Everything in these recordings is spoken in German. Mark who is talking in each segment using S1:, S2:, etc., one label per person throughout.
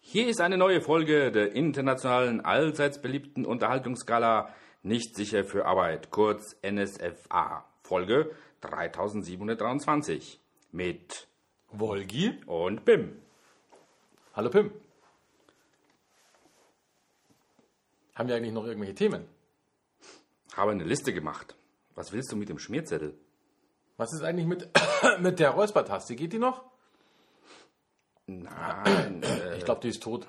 S1: Hier ist eine neue Folge der internationalen, allseits beliebten Unterhaltungsgala Nicht sicher für Arbeit, kurz NSFA, Folge 3723 mit
S2: Wolgi?
S1: und Bim.
S2: Hallo Pim. Haben wir eigentlich noch irgendwelche Themen?
S1: Habe eine Liste gemacht. Was willst du mit dem Schmierzettel?
S2: Was ist eigentlich mit, mit der Räuspertaste? Geht die noch?
S1: Nein, äh,
S2: Ich glaube, die ist tot.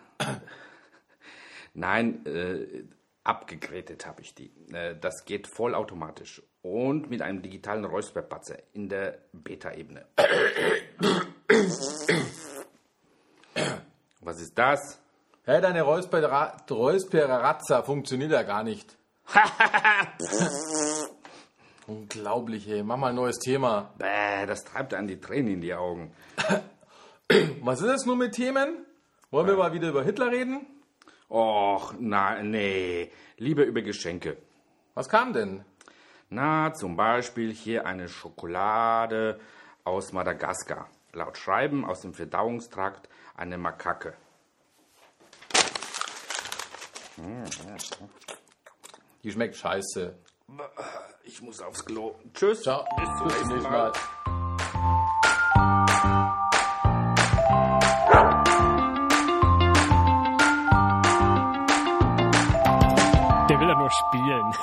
S1: nein, äh, abgegrätet habe ich die. Äh, das geht vollautomatisch und mit einem digitalen Räusperpatzer in der Beta-Ebene. Was ist das?
S2: Hä, deine Räuspera- Räuspererazza funktioniert ja gar nicht. Unglaublich, ey. Mach mal ein neues Thema.
S1: Bäh, das treibt einem die Tränen in die Augen.
S2: Was ist es nun mit Themen? Wollen wir mal wieder über Hitler reden?
S1: Och, na, nee. Lieber über Geschenke.
S2: Was kam denn?
S1: Na, zum Beispiel hier eine Schokolade aus Madagaskar. Laut Schreiben aus dem Verdauungstrakt eine Makake.
S2: Die schmeckt scheiße.
S1: Ich muss aufs Klo. Tschüss.
S2: Ciao. Bis zum nächsten Mal.
S3: Der will ja nur spielen.